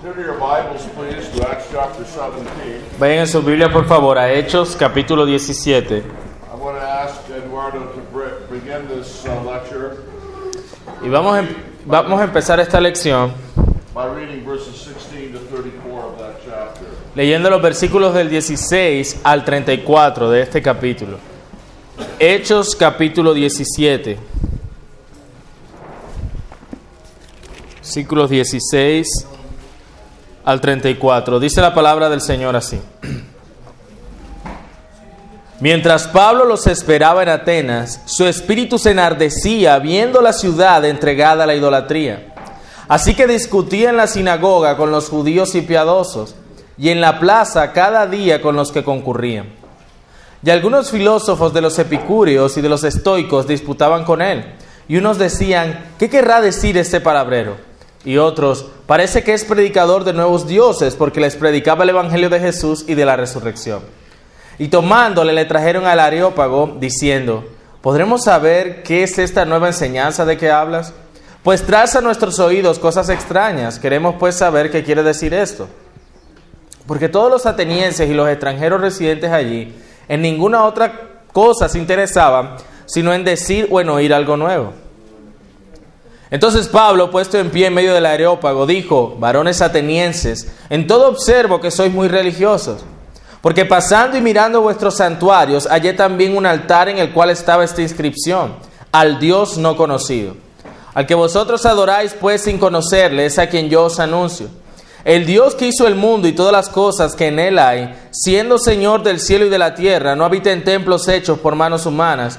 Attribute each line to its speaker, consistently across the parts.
Speaker 1: Turn to your Bibles, please, to Acts chapter 17.
Speaker 2: Vayan en su Biblia, por favor, a Hechos capítulo 17.
Speaker 1: I want to ask Eduardo to br- begin this uh, lecture
Speaker 2: Y vamos, a em- vamos a empezar esta lección
Speaker 1: by reading verses 16 to 34 of that chapter.
Speaker 2: leyendo los versículos del 16 al 34 de este capítulo. Hechos capítulo 17. Versículos 16 al 34. Dice la palabra del Señor así. Mientras Pablo los esperaba en Atenas, su espíritu se enardecía viendo la ciudad entregada a la idolatría. Así que discutía en la sinagoga con los judíos y piadosos, y en la plaza cada día con los que concurrían. Y algunos filósofos de los epicúreos y de los estoicos disputaban con él. Y unos decían, ¿qué querrá decir este palabrero? Y otros, parece que es predicador de nuevos dioses porque les predicaba el Evangelio de Jesús y de la resurrección. Y tomándole le trajeron al areópago diciendo, ¿podremos saber qué es esta nueva enseñanza de que hablas? Pues traes a nuestros oídos cosas extrañas, queremos pues saber qué quiere decir esto. Porque todos los atenienses y los extranjeros residentes allí en ninguna otra cosa se interesaban sino en decir o en oír algo nuevo. Entonces Pablo, puesto en pie en medio del areópago, dijo, varones atenienses, en todo observo que sois muy religiosos, porque pasando y mirando vuestros santuarios hallé también un altar en el cual estaba esta inscripción, al Dios no conocido. Al que vosotros adoráis pues sin conocerle es a quien yo os anuncio. El Dios que hizo el mundo y todas las cosas que en él hay, siendo Señor del cielo y de la tierra, no habita en templos hechos por manos humanas,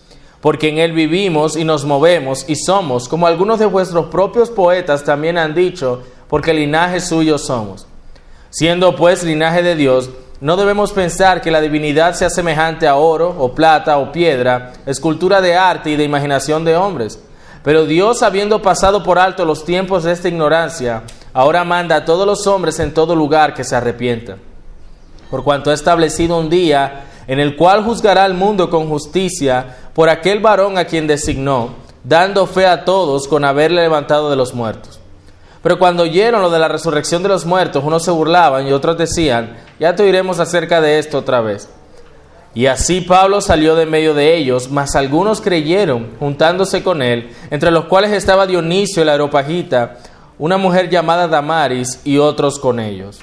Speaker 2: porque en Él vivimos y nos movemos y somos, como algunos de vuestros propios poetas también han dicho, porque linaje suyo somos. Siendo pues linaje de Dios, no debemos pensar que la divinidad sea semejante a oro, o plata, o piedra, escultura de arte y de imaginación de hombres. Pero Dios, habiendo pasado por alto los tiempos de esta ignorancia, ahora manda a todos los hombres en todo lugar que se arrepientan por cuanto ha establecido un día en el cual juzgará al mundo con justicia por aquel varón a quien designó, dando fe a todos con haberle levantado de los muertos. Pero cuando oyeron lo de la resurrección de los muertos, unos se burlaban y otros decían, ya te oiremos acerca de esto otra vez. Y así Pablo salió de medio de ellos, mas algunos creyeron, juntándose con él, entre los cuales estaba Dionisio el aeropagita, una mujer llamada Damaris y otros con ellos.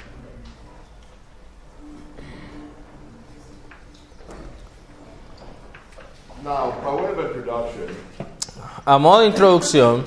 Speaker 1: Now, by way of introduction,
Speaker 2: A modo de introducción,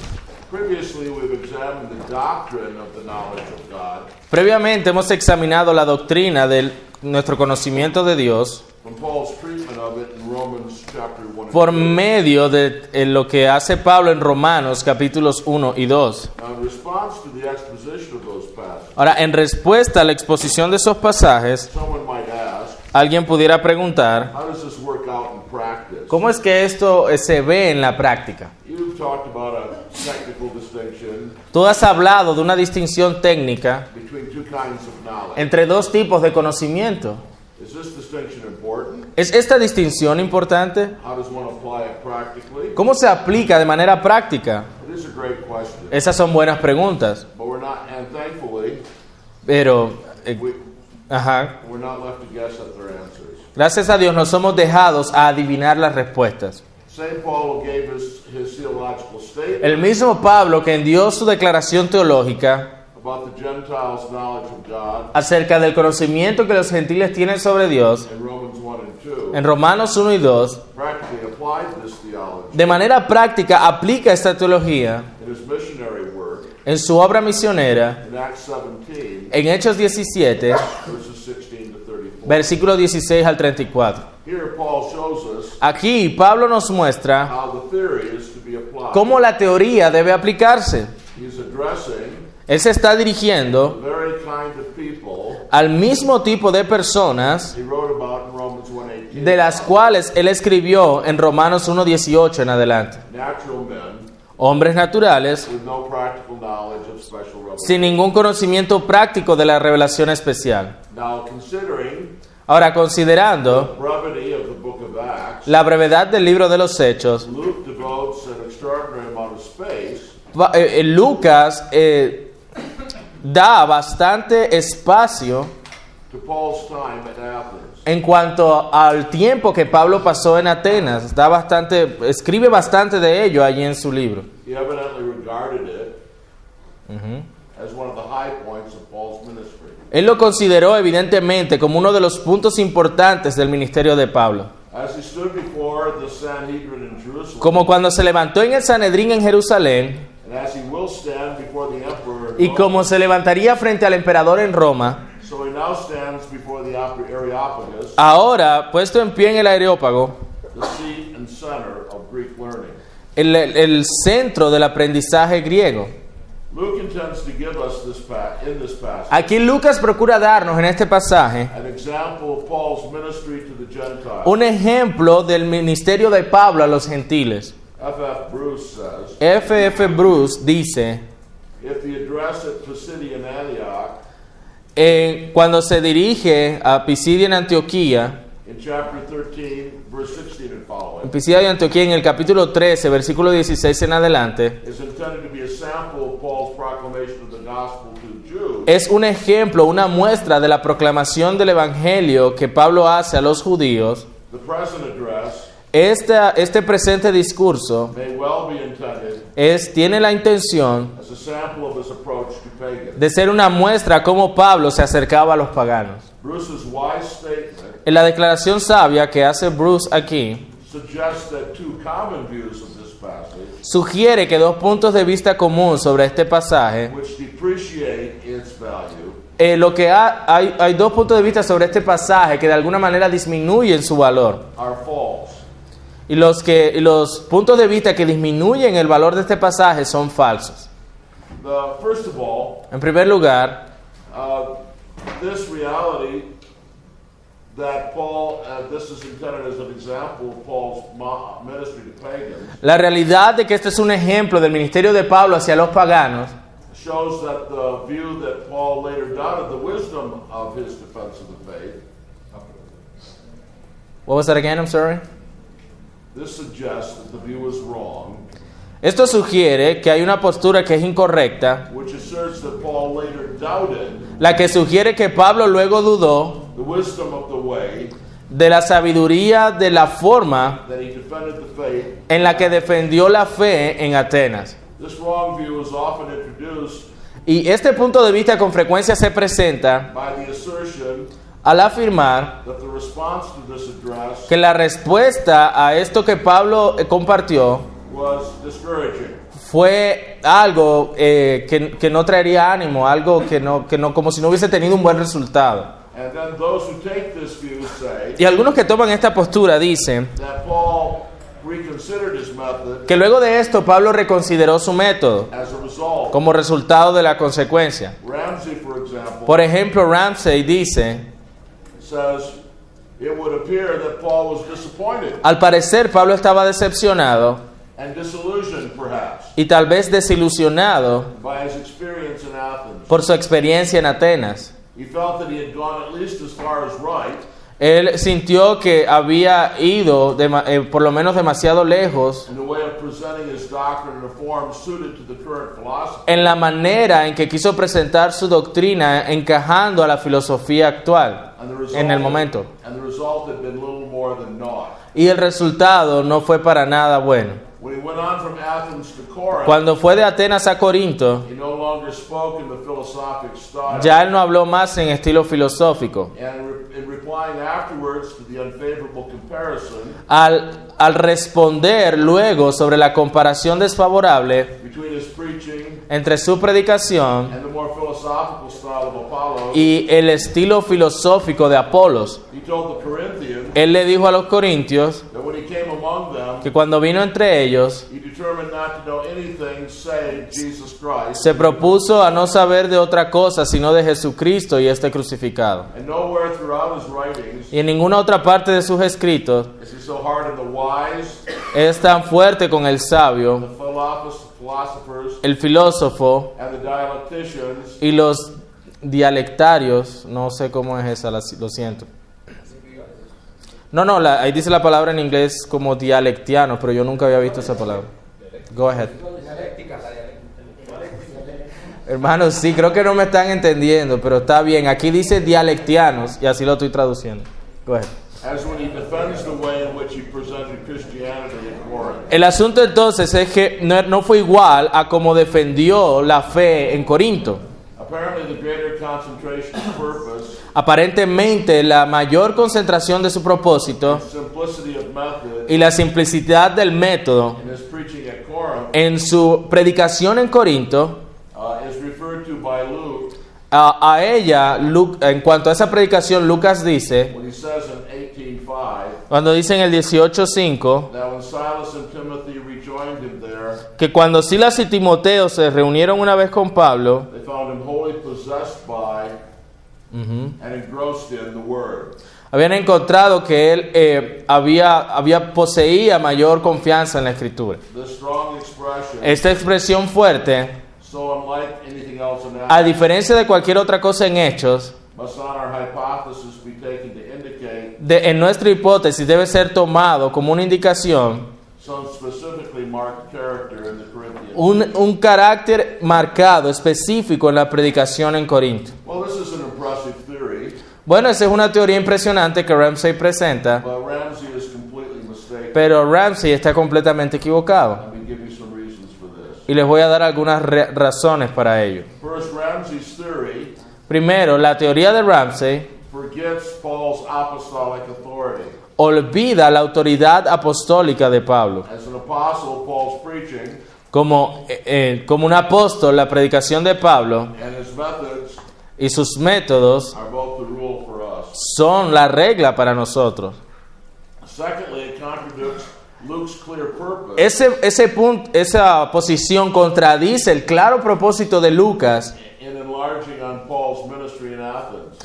Speaker 1: previously we've examined the doctrine of the knowledge of God
Speaker 2: Previamente hemos examinado la doctrina de nuestro conocimiento de Dios
Speaker 1: from Paul's treatment of it in Romans chapter 1 and
Speaker 2: por
Speaker 1: 2.
Speaker 2: medio de eh, lo que hace Pablo en Romanos capítulos 1 y 2.
Speaker 1: Now, in response to the exposition of those passages,
Speaker 2: Ahora, en respuesta a la exposición de esos pasajes,
Speaker 1: someone might ask,
Speaker 2: alguien pudiera preguntar,
Speaker 1: how does this work out in practice?
Speaker 2: ¿cómo es que esto eh, se ve en la práctica?
Speaker 1: You've talked about a technical distinction
Speaker 2: Tú has hablado de una distinción técnica
Speaker 1: between two kinds of knowledge.
Speaker 2: entre dos tipos de conocimiento.
Speaker 1: Is this distinction important?
Speaker 2: ¿Es esta distinción importante?
Speaker 1: How does one apply it practically?
Speaker 2: ¿Cómo se aplica de manera práctica?
Speaker 1: It is a great question,
Speaker 2: Esas son buenas preguntas,
Speaker 1: but we're not, and thankfully,
Speaker 2: pero... eh,
Speaker 1: we,
Speaker 2: ajá.
Speaker 1: we're not left to guess at their answers.
Speaker 2: Gracias a Dios nos somos dejados a adivinar las respuestas.
Speaker 1: St. Paul gave us his theological statement
Speaker 2: El mismo Pablo que envió su declaración teológica
Speaker 1: about the Gentiles' knowledge of God
Speaker 2: acerca del conocimiento que los gentiles tienen sobre Dios
Speaker 1: in Romans 1 and 2
Speaker 2: en Romanos 1 y 2,
Speaker 1: practically applied this theology
Speaker 2: de manera práctica aplica esta teología
Speaker 1: in his missionary work
Speaker 2: en su obra misionera
Speaker 1: in Acts 17,
Speaker 2: en Hechos 17,
Speaker 1: verses 16 to 34.
Speaker 2: versículos 16 al 34.
Speaker 1: Here, Paul shows us
Speaker 2: Aquí Pablo nos muestra
Speaker 1: how the theory is to be applied.
Speaker 2: cómo la teoría debe aplicarse.
Speaker 1: He's addressing
Speaker 2: Él se está
Speaker 1: the
Speaker 2: dirigiendo
Speaker 1: very kind of people
Speaker 2: al mismo tipo de personas
Speaker 1: he wrote about in Romans Romans 1:18.
Speaker 2: de las cuales él escribió en Romanos 1.18 en adelante.
Speaker 1: Natural men
Speaker 2: Hombres naturales
Speaker 1: with no practical knowledge of special revelation.
Speaker 2: sin ningún conocimiento práctico de la revelación especial.
Speaker 1: Now considering
Speaker 2: Ahora, considerando
Speaker 1: brevity of the book of Acts,
Speaker 2: la brevedad del libro de los Hechos,
Speaker 1: Luke devotes an extraordinary amount of space
Speaker 2: va- eh, eh, Lucas eh, da bastante espacio
Speaker 1: to Paul's time at Athens.
Speaker 2: en cuanto al tiempo que Pablo pasó en Atenas. Da bastante, escribe bastante de ello allí en su libro.
Speaker 1: He evidently regarded it
Speaker 2: Mm-hmm.
Speaker 1: as one of the high points of Paul's ministry.
Speaker 2: Él lo consideró evidentemente como uno de los puntos importantes del ministerio de Pablo.
Speaker 1: As he stood before the Sanhedrin in Jerusalem,
Speaker 2: Como cuando se levantó en el Sanedrín en Jerusalén
Speaker 1: and as he will stand before the emperor, in
Speaker 2: y
Speaker 1: Rome.
Speaker 2: como se levantaría frente al emperador en Roma,
Speaker 1: so he now stands before the Areopagus,
Speaker 2: ahora puesto en pie en el Areópago,
Speaker 1: the seat and center of Greek learning.
Speaker 2: el, el- el centro del aprendizaje griego.
Speaker 1: Luke intends to give us this pa- in this passage
Speaker 2: Aquí Lucas procura darnos en este pasaje
Speaker 1: an example of Paul's ministry to the Gentiles.
Speaker 2: un ejemplo del ministerio de Pablo a los gentiles.
Speaker 1: F.F. F. Bruce says,
Speaker 2: F.F. F. Bruce dice,
Speaker 1: if the address at Pisidian Antioch
Speaker 2: eh, cuando se dirige a Pisidia en Antioquía,
Speaker 1: in chapter 13, verse 16 and following,
Speaker 2: Pisidia de Antioquía en el capítulo 13, versículo 16 en adelante,
Speaker 1: is intended to be a sample of Paul's proclamation of the gospel to the Jews,
Speaker 2: es un ejemplo, una muestra de la proclamación del Evangelio que Pablo hace a los judíos,
Speaker 1: the present address
Speaker 2: esta- este presente discurso
Speaker 1: may well be intended
Speaker 2: es, tiene la intención
Speaker 1: as a sample of his approach to pagans.
Speaker 2: de ser una muestra a cómo Pablo se acercaba a los paganos.
Speaker 1: Bruce's wise statement
Speaker 2: En la declaración sabia que hace Bruce aquí,
Speaker 1: suggests that two common views of this passage,
Speaker 2: sugiere que dos puntos de vista común sobre este pasaje,
Speaker 1: which depreciate its value,
Speaker 2: eh, lo que ha- hay, hay dos puntos de vista sobre este pasaje que de alguna manera disminuyen su valor.
Speaker 1: are false.
Speaker 2: Y los, que, y los puntos de vista que disminuyen el valor de este pasaje son falsos.
Speaker 1: The, first of all,
Speaker 2: En primer lugar,
Speaker 1: uh, this reality that Paul, uh, this is intended as an example of Paul's mo- ministry to pagans,
Speaker 2: la realidad de que este es un ejemplo del ministerio de Pablo hacia los paganos
Speaker 1: shows that the view that Paul later doubted the wisdom of his defense of the faith.
Speaker 2: What was that again? I'm sorry.
Speaker 1: This suggests that the view was wrong,
Speaker 2: Esto sugiere que hay una postura que es incorrecta,
Speaker 1: which asserts that Paul later doubted
Speaker 2: la que sugiere que Pablo luego dudó
Speaker 1: the wisdom of the way
Speaker 2: de la sabiduría de la forma
Speaker 1: that he defended the faith.
Speaker 2: en la que defendió la fe en Atenas.
Speaker 1: This wrong view is often introduced
Speaker 2: Y este punto de vista con frecuencia se presenta
Speaker 1: by the assertion
Speaker 2: al afirmar
Speaker 1: that the response to this address
Speaker 2: que la respuesta a esto que Pablo eh, compartió
Speaker 1: was discouraging.
Speaker 2: fue algo eh, que, que no traería ánimo, algo que no, que no, como si no hubiese tenido un buen resultado.
Speaker 1: And then those who take this view say
Speaker 2: Y algunos que toman esta postura dicen
Speaker 1: that Paul reconsidered his method
Speaker 2: que luego de esto Pablo reconsideró su método
Speaker 1: as a result.
Speaker 2: como resultado de la consecuencia.
Speaker 1: Ramsey, for example,
Speaker 2: Por ejemplo, Ramsey dice,
Speaker 1: says it would appear that Paul was disappointed
Speaker 2: Al parecer Pablo estaba decepcionado
Speaker 1: and disillusioned, perhaps,
Speaker 2: y tal vez desilusionado
Speaker 1: by his experience in Athens.
Speaker 2: por su experiencia en Atenas.
Speaker 1: He felt that he had gone at least as far as right,
Speaker 2: Él sintió que había ido dema- eh, por lo menos demasiado lejos
Speaker 1: in the way of presenting his doctrine in a form suited to the current philosophy.
Speaker 2: en la manera en que quiso presentar su doctrina encajando a la filosofía actual
Speaker 1: And the result,
Speaker 2: en el momento.
Speaker 1: And the result had been little more than naught.
Speaker 2: Y el resultado no fue para nada bueno.
Speaker 1: When he went on from Athens to Corinth,
Speaker 2: Cuando fue de Atenas a Corinto,
Speaker 1: he no longer spoke in the philosophic style.
Speaker 2: ya él no habló más en estilo filosófico.
Speaker 1: and re- in replying afterwards to the unfavorable comparison
Speaker 2: Al, al responder luego sobre la comparación desfavorable,
Speaker 1: between his preaching
Speaker 2: entre su predicación
Speaker 1: and the more philosophical style of Apollo,
Speaker 2: y el estilo filosófico de Apolos.
Speaker 1: he told the Corinthians
Speaker 2: Él le dijo a los corintios
Speaker 1: that when he came among them,
Speaker 2: que cuando vino entre ellos,
Speaker 1: he determined not to know anything say Jesus Christ.
Speaker 2: se propuso a no saber de otra cosa sino de Jesucristo y este crucificado.
Speaker 1: And nowhere throughout his writings
Speaker 2: Y en ninguna otra parte de sus escritos
Speaker 1: is he so hard on the wise,
Speaker 2: es tan fuerte con el
Speaker 1: the
Speaker 2: sabio,
Speaker 1: philosophers, philosophers
Speaker 2: el filósofo
Speaker 1: and the dialecticians
Speaker 2: y los dialectarios, no sé cómo es esa, la- lo siento. No, no, la- ahí dice la palabra en inglés como dialectiano, pero yo nunca había visto esa palabra. Go ahead. Hermanos, sí, creo que no me están entendiendo, pero está bien. Aquí dice dialectianos y así lo estoy traduciendo. Go ahead.
Speaker 1: as when he defends the way in which he presented Christianity at Corinth.
Speaker 2: El asunto entonces es que no, no fue igual a como defendió la fe en Corinto.
Speaker 1: Apparently, the greater concentration of purpose,
Speaker 2: Aparentemente, la mayor concentración de su propósito
Speaker 1: simplicity of method
Speaker 2: y la simplicidad del método
Speaker 1: in his preaching at Corinth
Speaker 2: en su predicación en Corinto,
Speaker 1: uh, is referred to by Luke
Speaker 2: a, a ella, Lu- en cuanto a esa predicación, Lucas dice,
Speaker 1: when he says in 18:5
Speaker 2: cuando dice en el 18.5,
Speaker 1: that when Silas and Timothy rejoined him there,
Speaker 2: que cuando Silas y Timoteo se reunieron una vez con Pablo,
Speaker 1: they found him wholly possessed by and engrossed in the Word.
Speaker 2: habían encontrado que él eh, había, había, poseía mayor confianza en la Escritura.
Speaker 1: This strong expression,
Speaker 2: Esta expresión fuerte,
Speaker 1: so unlike anything else in
Speaker 2: a
Speaker 1: Acts,
Speaker 2: diferencia de cualquier otra cosa en hechos,
Speaker 1: must on our hypothesis be taken to indicate
Speaker 2: de- en nuestra hipótesis debe ser tomado como una indicación
Speaker 1: some specifically marked character in the Corinthians.
Speaker 2: un, un carácter marcado, específico en la predicación en Corinto.
Speaker 1: Well, this is an impressive theory,
Speaker 2: Bueno, esa es una teoría impresionante que Ramsey presenta,
Speaker 1: but Ramsey is completely mistaken.
Speaker 2: pero Ramsey está completamente equivocado
Speaker 1: Let me give you some reasons for this.
Speaker 2: y les voy a dar algunas re- razones para ello.
Speaker 1: First, Ramsey's theory
Speaker 2: Primero, la teoría de Ramsey
Speaker 1: forgets Paul's apostolic authority.
Speaker 2: olvida la autoridad apostólica de Pablo.
Speaker 1: As an apostle, Paul's preaching
Speaker 2: Como, eh, eh, como un apóstol, la predicación de Pablo
Speaker 1: and his methods
Speaker 2: y sus métodos
Speaker 1: are both the rule for us.
Speaker 2: son la regla para nosotros.
Speaker 1: Secondly, it contradicts Luke's clear purpose
Speaker 2: Ese, ese punto, esa posición contradice el claro propósito de Lucas
Speaker 1: in enlarging on Paul's ministry in Athens.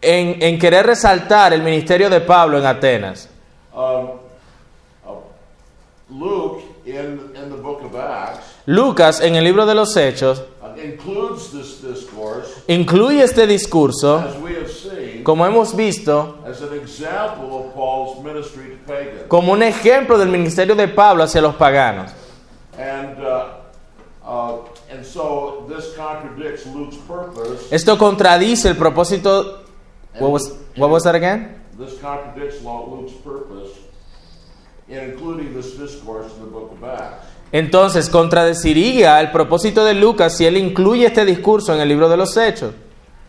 Speaker 2: en, en querer resaltar el ministerio de Pablo en Atenas.
Speaker 1: Um, uh, Luke, in, in the book of Acts,
Speaker 2: Lucas en el libro de los Hechos
Speaker 1: uh, includes this discourse,
Speaker 2: incluye este discurso,
Speaker 1: as we have seen,
Speaker 2: como hemos visto,
Speaker 1: as an example of Paul's ministry to pagans.
Speaker 2: como un ejemplo del ministerio de Pablo hacia los paganos.
Speaker 1: And, uh, uh, and so this contradicts Luke's purpose.
Speaker 2: Esto contradice el propósito. What was, what was that again?
Speaker 1: This contradicts Luke's purpose in including this discourse in the book of Acts.
Speaker 2: Entonces, contradeciría el propósito de Lucas si él incluye este discurso en el libro de los Hechos.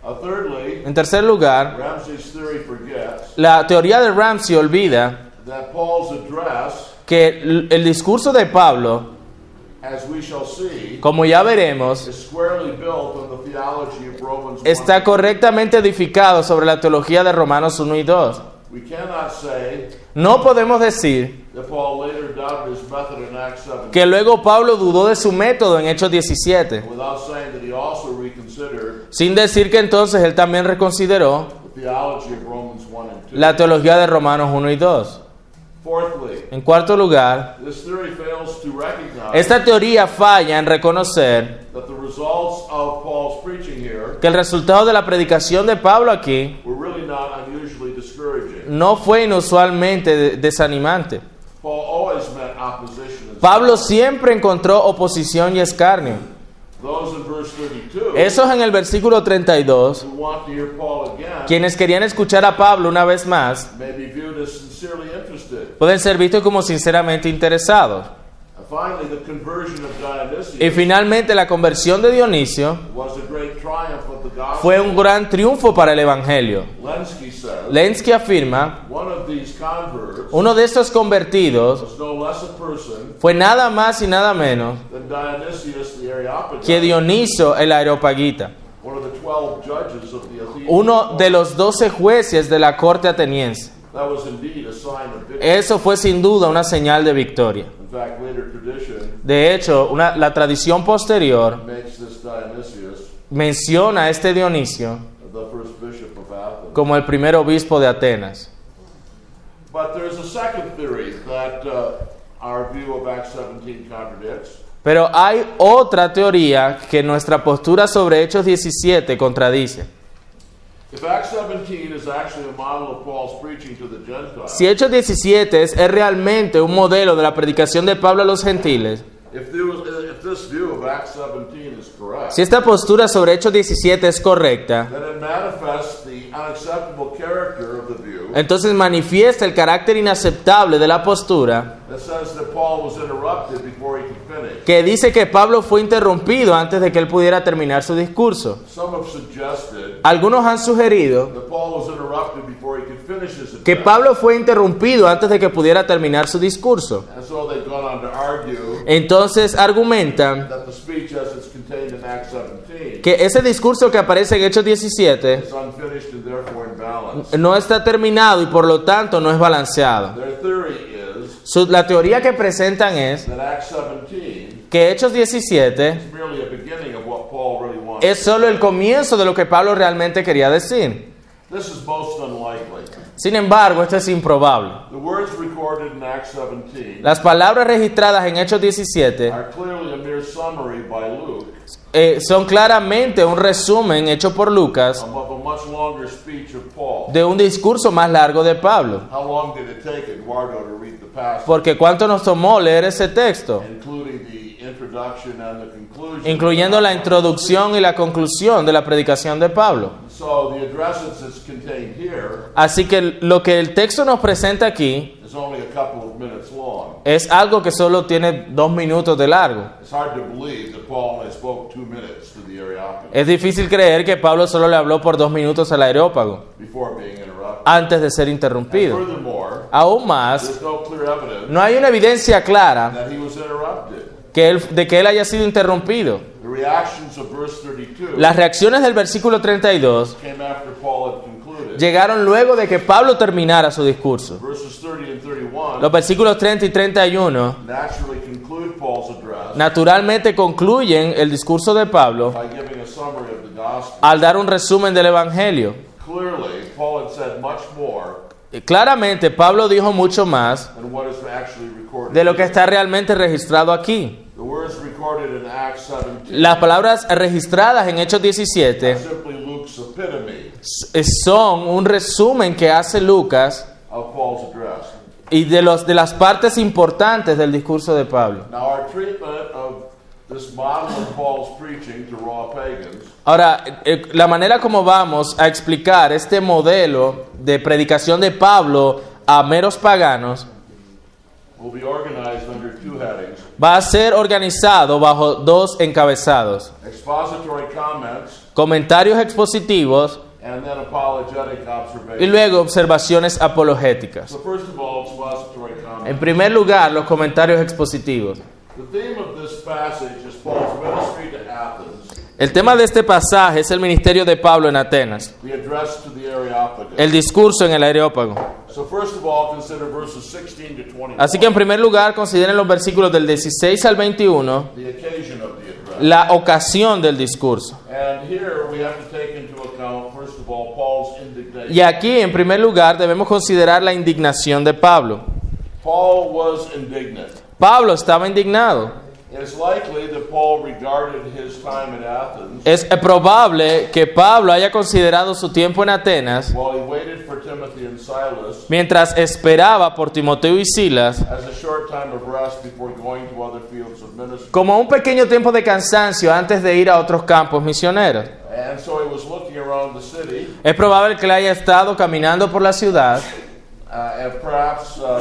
Speaker 1: Uh, thirdly,
Speaker 2: En tercer lugar,
Speaker 1: Ramsey's theory forgets
Speaker 2: la teoría de Ramsey olvida
Speaker 1: that Paul's address,
Speaker 2: que el el discurso de Pablo,
Speaker 1: as we shall see,
Speaker 2: como ya veremos,
Speaker 1: is squarely built on the theology of Romans. 1.
Speaker 2: está correctamente edificado sobre la teología de Romanos 1 y 2.
Speaker 1: We cannot say
Speaker 2: No podemos decir
Speaker 1: that Paul later doubted his method in Acts 7
Speaker 2: que luego Pablo dudó de su método en Hechos 17,
Speaker 1: without saying that he also reconsidered
Speaker 2: sin decir que entonces él también reconsideró
Speaker 1: the theology of Romans 1 and 2.
Speaker 2: la teología de Romanos 1 y 2.
Speaker 1: Fourthly,
Speaker 2: En cuarto lugar,
Speaker 1: this theory fails to recognize
Speaker 2: esta teoría falla en reconocer
Speaker 1: that the results of Paul's preaching here
Speaker 2: que el resultado de la predicación de Pablo aquí
Speaker 1: were really not unusually discouraging.
Speaker 2: no fue inusualmente de- desanimante.
Speaker 1: Paul always met opposition. and
Speaker 2: Pablo siempre encontró oposición y escarnio.
Speaker 1: Those in verse 32
Speaker 2: Esos en el versículo 32,
Speaker 1: who want to hear Paul again
Speaker 2: quienes querían escuchar a Pablo una vez más,
Speaker 1: may be viewed as sincerely interested.
Speaker 2: pueden ser vistos como sinceramente interesados.
Speaker 1: And finally, the conversion of
Speaker 2: Y
Speaker 1: Dionysius
Speaker 2: finalmente la conversión de Dionisio
Speaker 1: was a great triumph of the gospel.
Speaker 2: fue un gran triunfo para el Evangelio.
Speaker 1: Lenski says
Speaker 2: Lenski afirma,
Speaker 1: one of these converts
Speaker 2: uno de estos convertidos
Speaker 1: was no less a person
Speaker 2: fue nada más y nada menos
Speaker 1: than Dionysius the
Speaker 2: que
Speaker 1: Areopagite,
Speaker 2: Dioniso el Areopagita,
Speaker 1: one of the 12 judges of the Athenians.
Speaker 2: uno de los doce jueces de la corte ateniense.
Speaker 1: That was indeed a sign of victory.
Speaker 2: Eso fue sin duda una señal de victoria.
Speaker 1: In fact, later tradition
Speaker 2: De hecho, una- la tradición posterior
Speaker 1: makes this Dionysius
Speaker 2: menciona a este Dionisio
Speaker 1: the first bishop of Athens.
Speaker 2: como el primer obispo de Atenas.
Speaker 1: But there's a second theory that uh, our view of Acts 17 contradicts.
Speaker 2: Pero hay otra teoría que nuestra postura sobre Hechos 17 contradice.
Speaker 1: If Acts 17 is actually a model of Paul's preaching to the Gentiles,
Speaker 2: Si Hechos 17 es, es realmente un modelo de la predicación de Pablo a los gentiles,
Speaker 1: if, there was, uh, if this view of Acts 17 is correct,
Speaker 2: si esta postura sobre Hechos 17 es correcta,
Speaker 1: then it manifests the unacceptable character of the view
Speaker 2: entonces manifiesta el carácter inaceptable de la postura
Speaker 1: that says that Paul was interrupted before he could finish.
Speaker 2: que dice que Pablo fue interrumpido antes de que él pudiera terminar su discurso.
Speaker 1: Some have suggested
Speaker 2: Algunos han sugerido
Speaker 1: that Paul was interrupted before he could finish his
Speaker 2: que
Speaker 1: address.
Speaker 2: Pablo fue interrumpido antes de que pudiera terminar su discurso.
Speaker 1: And so they've gone on to argue
Speaker 2: Entonces argumentan
Speaker 1: that the speech as it's contained in Acts 17
Speaker 2: que ese discurso que aparece en Hechos 17
Speaker 1: is unfinished and therefore imbalanced.
Speaker 2: no está terminado y por lo tanto no es balanceado.
Speaker 1: Their theory is
Speaker 2: Su- la teoría que presentan es
Speaker 1: that Acts 17
Speaker 2: que Hechos 17
Speaker 1: is merely a beginning of what Paul really wanted.
Speaker 2: es solo el comienzo de lo que Pablo realmente quería decir.
Speaker 1: This is most unlikely.
Speaker 2: Sin embargo, esto es improbable.
Speaker 1: The words recorded in Acts 17
Speaker 2: Las palabras registradas en Hechos 17
Speaker 1: are clearly a mere summary by Luke
Speaker 2: eh, son claramente un resumen hecho por Lucas
Speaker 1: of a much longer speech of Paul.
Speaker 2: de un discurso más largo de Pablo.
Speaker 1: How long did it take Eduardo to read the passage,
Speaker 2: Porque ¿cuánto nos tomó leer ese texto?
Speaker 1: including the introduction and the conclusion?
Speaker 2: Incluyendo la introducción y la conclusión de la predicación de Pablo.
Speaker 1: So the addresses that's contained here
Speaker 2: Así que lo que el texto nos presenta aquí
Speaker 1: is only a couple of minutes long.
Speaker 2: es algo que solo tiene dos minutos de largo.
Speaker 1: It's hard to believe that Paul only spoke two minutes to the Areopagus
Speaker 2: Es difícil creer que Pablo solo le habló por dos minutos al areópago
Speaker 1: before being interrupted.
Speaker 2: antes de ser
Speaker 1: And
Speaker 2: interrumpido.
Speaker 1: furthermore,
Speaker 2: Aún más,
Speaker 1: there's no clear evidence
Speaker 2: no hay una evidencia clara
Speaker 1: that he was interrupted.
Speaker 2: que él- de que él haya sido interrumpido.
Speaker 1: The reactions of verse 32
Speaker 2: Las reacciones del versículo 32
Speaker 1: came after Paul had concluded.
Speaker 2: llegaron luego de que Pablo terminara su discurso.
Speaker 1: Verses 30 and 31
Speaker 2: Los versículos 30 y 31
Speaker 1: naturally conclude Paul's address
Speaker 2: naturalmente concluyen el discurso de Pablo
Speaker 1: by giving a summary of the gospel.
Speaker 2: al dar un resumen del Evangelio.
Speaker 1: Clearly, Paul had said much more
Speaker 2: Eh, Claramente Pablo dijo mucho más
Speaker 1: than what is actually recorded.
Speaker 2: de lo que
Speaker 1: here.
Speaker 2: está realmente registrado aquí.
Speaker 1: The words recorded in Acts 17
Speaker 2: Las palabras registradas en Hechos
Speaker 1: are
Speaker 2: 17
Speaker 1: simply Luke's epitome
Speaker 2: s- son un resumen que hace Lucas
Speaker 1: of Paul's address.
Speaker 2: y de, los, de las partes importantes del discurso de Pablo.
Speaker 1: Now, our treatment of this model of Paul's preaching to raw pagans
Speaker 2: Ahora, eh, la manera como vamos a explicar este modelo de predicación de Pablo a meros paganos
Speaker 1: will be organized under two headings
Speaker 2: va a ser organizado bajo dos encabezados.
Speaker 1: expository comments
Speaker 2: Comentarios expositivos
Speaker 1: and then apologetic
Speaker 2: y
Speaker 1: observations.
Speaker 2: luego observaciones apologéticas.
Speaker 1: So, first of all, expository comments.
Speaker 2: En primer lugar, los comentarios expositivos.
Speaker 1: The theme of this passage is Paul's ministry to Athens,
Speaker 2: El tema de este pasaje es el ministerio de Pablo en Atenas,
Speaker 1: the address to the Areopagus.
Speaker 2: el discurso en el Areópago.
Speaker 1: So, first of all, consider verses 16 to 21,
Speaker 2: Así que en primer lugar consideren los versículos del 16 al 21
Speaker 1: the occasion of the address.
Speaker 2: la ocasión del discurso.
Speaker 1: And here we have to take into account, first of all, Paul's indignation.
Speaker 2: Y aquí en primer lugar debemos considerar la indignación de Pablo.
Speaker 1: Paul was indignant.
Speaker 2: Pablo estaba indignado.
Speaker 1: It's likely that Paul regarded his time at Athens
Speaker 2: Es probable que Pablo haya considerado su tiempo en Atenas
Speaker 1: while he waited for Timothy and Silas
Speaker 2: mientras esperaba por Timoteo y Silas
Speaker 1: as a short time of rest before going to other fields of ministry.
Speaker 2: como un pequeño tiempo de cansancio antes de ir a otros campos misioneros.
Speaker 1: And so he was looking around the city
Speaker 2: Es probable que él haya estado caminando por la ciudad
Speaker 1: uh, and perhaps uh,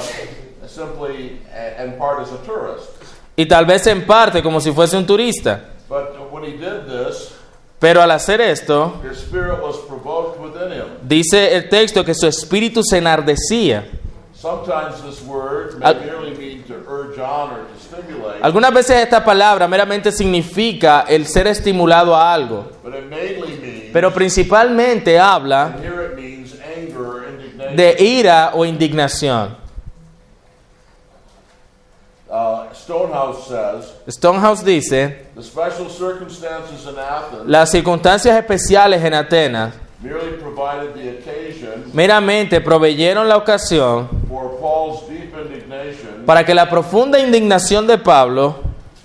Speaker 1: simply a- and part as a tourist.
Speaker 2: y tal vez en parte como si fuese un turista.
Speaker 1: But when he did this,
Speaker 2: Pero al hacer esto,
Speaker 1: his spirit was provoked within him.
Speaker 2: dice el texto que su espíritu se enardecía.
Speaker 1: Sometimes this word may
Speaker 2: Al-
Speaker 1: merely mean to urge on or to stimulate,
Speaker 2: Algunas veces esta palabra meramente significa el ser estimulado a algo,
Speaker 1: but it mainly means,
Speaker 2: pero principalmente habla
Speaker 1: and here it means anger or indignation.
Speaker 2: de ira o indignación.
Speaker 1: Uh, Stonehouse says,
Speaker 2: Stonehouse dice,
Speaker 1: the special circumstances in Athens
Speaker 2: las circunstancias especiales en Atenas
Speaker 1: merely provided the occasion
Speaker 2: meramente proveyeron la ocasión
Speaker 1: for Paul's deep indignation.
Speaker 2: para que la profunda indignación de Pablo,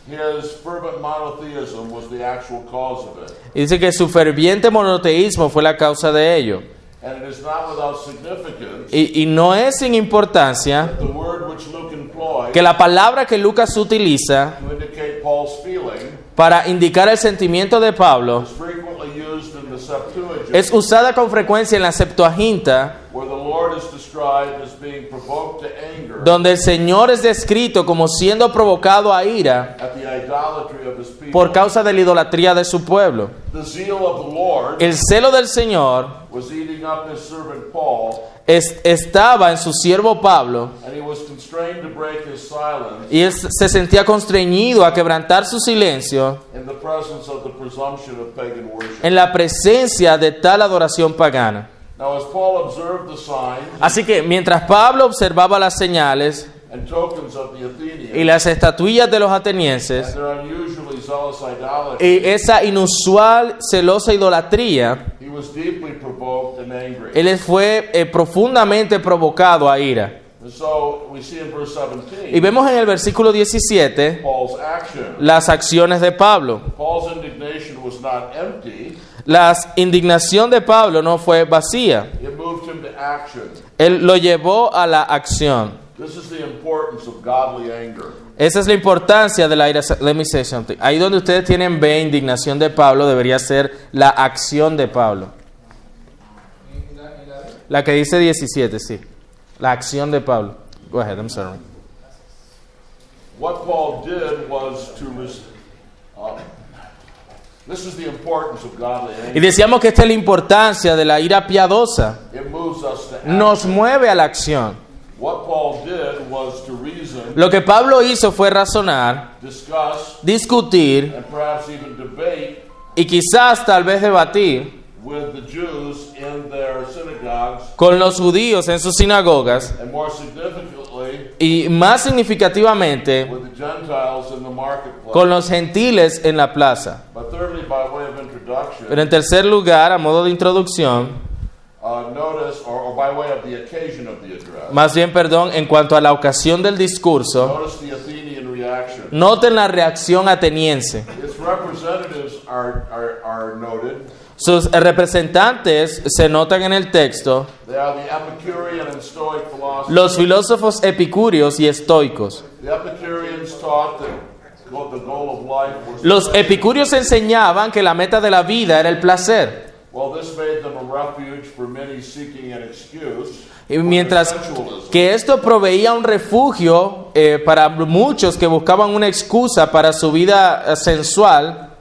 Speaker 1: His fervent monotheism was the actual cause of it.
Speaker 2: y dice que su ferviente monoteísmo fue la causa de ello,
Speaker 1: And it is not without significance
Speaker 2: y, y no es sin importancia
Speaker 1: that the word which Luke employs
Speaker 2: que la palabra que Lucas utiliza
Speaker 1: to indicate Paul's feeling
Speaker 2: para indicar el sentimiento de Pablo
Speaker 1: is frequently used in the Septuagint,
Speaker 2: es usada con frecuencia en la Septuaginta,
Speaker 1: where the Lord is described as being provoked to anger
Speaker 2: donde el Señor es descrito como siendo provocado a ira
Speaker 1: at the idolatry of his people.
Speaker 2: por causa de la idolatría de su pueblo.
Speaker 1: the zeal of the Lord
Speaker 2: El celo del Señor
Speaker 1: was eating up his servant Paul,
Speaker 2: es- estaba en su siervo Pablo
Speaker 1: and he was constrained to break his silence
Speaker 2: y él se sentía constreñido a quebrantar su silencio
Speaker 1: in the presence of the presumption of pagan worship.
Speaker 2: en la presencia de tal adoración pagana.
Speaker 1: now, as Paul observed the signs
Speaker 2: Así que mientras Pablo observaba las señales
Speaker 1: and tokens of the
Speaker 2: y
Speaker 1: Athenians
Speaker 2: las estatuillas de los atenienses
Speaker 1: and their unusually zealous idolatry,
Speaker 2: y esa inusual celosa idolatría,
Speaker 1: he was deeply provoked and angry.
Speaker 2: él fue eh, profundamente provocado a ira.
Speaker 1: and so we see in verse 17
Speaker 2: Y vemos en el versículo 17
Speaker 1: Paul's action.
Speaker 2: las acciones de Pablo.
Speaker 1: Paul's indignation was not empty,
Speaker 2: La indignación de Pablo no fue vacía.
Speaker 1: it moved him to action.
Speaker 2: Él lo llevó a la acción.
Speaker 1: This is the importance of godly anger.
Speaker 2: Esa es la importancia de la ira. Let me say something. Ahí donde ustedes tienen B, indignación de Pablo, debería ser la acción de Pablo. La que dice 17, sí. La acción de Pablo. Go ahead, I'm sorry.
Speaker 1: What Paul did was to. Res- uh, this is the importance of godly
Speaker 2: Y
Speaker 1: anger.
Speaker 2: decíamos que esta es la importancia de la ira piadosa.
Speaker 1: It moves us to act.
Speaker 2: Nos mueve a la acción.
Speaker 1: What Paul did was to reason,
Speaker 2: Lo que Pablo hizo fue razonar,
Speaker 1: discuss,
Speaker 2: discutir
Speaker 1: and perhaps even debate
Speaker 2: y quizás tal vez debatir
Speaker 1: with the Jews in their synagogues,
Speaker 2: con los judíos en sus sinagogas
Speaker 1: and more significantly,
Speaker 2: y más significativamente
Speaker 1: with the Gentiles in the marketplace.
Speaker 2: con los gentiles en la plaza.
Speaker 1: But thirdly, by way of introduction,
Speaker 2: Pero en tercer lugar, a modo de introducción,
Speaker 1: uh, notice, or, or by way of the occasion of the address,
Speaker 2: más bien, perdón, en cuanto a la ocasión del discurso,
Speaker 1: notice the Athenian reaction.
Speaker 2: noten la reacción ateniense.
Speaker 1: Its representatives are, are, are noted.
Speaker 2: Sus representantes se notan en el texto,
Speaker 1: They are the Epicurean and Stoic philosophers.
Speaker 2: los filósofos epicúreos y estoicos.
Speaker 1: The Epicureans taught that go- the goal of life was.
Speaker 2: Los epicúreos enseñaban que la meta de la vida era el placer.
Speaker 1: Well, this made them a refuge for many seeking an excuse.
Speaker 2: Y
Speaker 1: for
Speaker 2: mientras
Speaker 1: their sensualism.
Speaker 2: que esto proveía un refugio eh, para muchos que buscaban una excusa para su vida eh, sensual,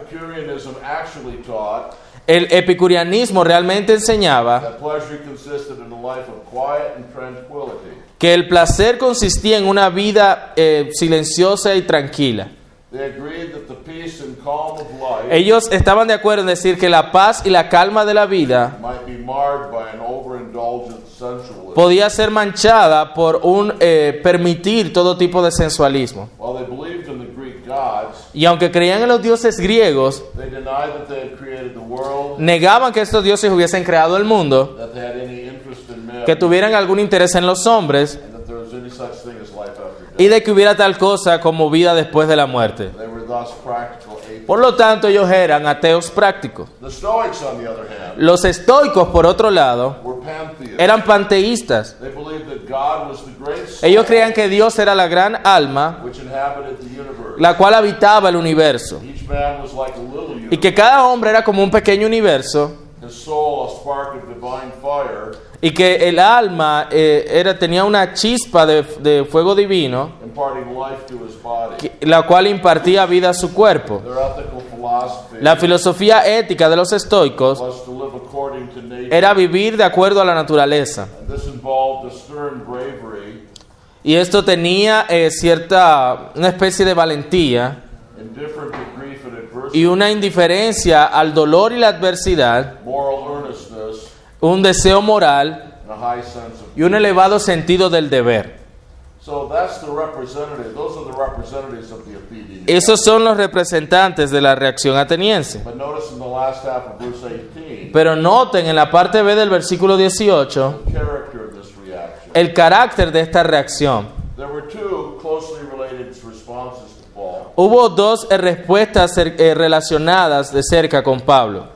Speaker 1: Epicureanism actually taught
Speaker 2: el epicureanismo realmente enseñaba
Speaker 1: that pleasure consisted in a life of quiet and tranquility.
Speaker 2: que el placer consistía en una vida eh, silenciosa y tranquila.
Speaker 1: They agreed that the peace and calm of life
Speaker 2: Ellos estaban de acuerdo en decir que la paz y la calma de la vida
Speaker 1: might be marred by an overindulgent sensualism.
Speaker 2: podía ser manchada por un eh, permitir todo tipo de sensualismo.
Speaker 1: While they believed in the Greek gods,
Speaker 2: Y aunque creían en los dioses griegos,
Speaker 1: they denied that they had created the world,
Speaker 2: negaban que estos dioses hubiesen creado el mundo
Speaker 1: that they had any interest in men,
Speaker 2: que tuvieran algún interés en los hombres
Speaker 1: and that there was any such thing as life after death.
Speaker 2: y de que hubiera tal cosa como vida después de la muerte.
Speaker 1: They were thus practical atheists.
Speaker 2: Por lo tanto, ellos eran ateos prácticos.
Speaker 1: The Stoics, on the other hand,
Speaker 2: Los estoicos, por otro lado,
Speaker 1: were pantheists.
Speaker 2: eran panteístas.
Speaker 1: They believed that God was the great soul
Speaker 2: Ellos creían que Dios era la gran alma,
Speaker 1: which inhabited the universe.
Speaker 2: la cual habitaba el universo,
Speaker 1: Each man was like a little
Speaker 2: y
Speaker 1: universe,
Speaker 2: que cada hombre era como un pequeño universo,
Speaker 1: his soul a spark of divine fire
Speaker 2: y que el alma eh, era, tenía una chispa de, de fuego divino,
Speaker 1: imparting life to his body.
Speaker 2: que- la cual impartía vida a su cuerpo.
Speaker 1: Their ethical philosophy
Speaker 2: La filosofía ética de los estoicos
Speaker 1: was to live according to nature.
Speaker 2: era vivir de acuerdo a la naturaleza.
Speaker 1: And this involved a stern bravery,
Speaker 2: Y esto tenía eh, cierta, una especie de valentía
Speaker 1: indifferent to grief and adversity,
Speaker 2: y una indiferencia al dolor y la adversidad,
Speaker 1: moral earnestness,
Speaker 2: un deseo moral
Speaker 1: and a high sense of.
Speaker 2: y un elevado sentido del deber.
Speaker 1: So that's the representative, those are the representatives of the Athenians.
Speaker 2: Esos son los representantes de la reacción ateniense.
Speaker 1: But notice in the last half of verse 18,
Speaker 2: Pero noten en la parte B del versículo 18
Speaker 1: the character of this reaction.
Speaker 2: el carácter de esta reacción.
Speaker 1: There were two closely related responses to Paul.
Speaker 2: Hubo dos eh, respuestas cer- eh, relacionadas de cerca con Pablo.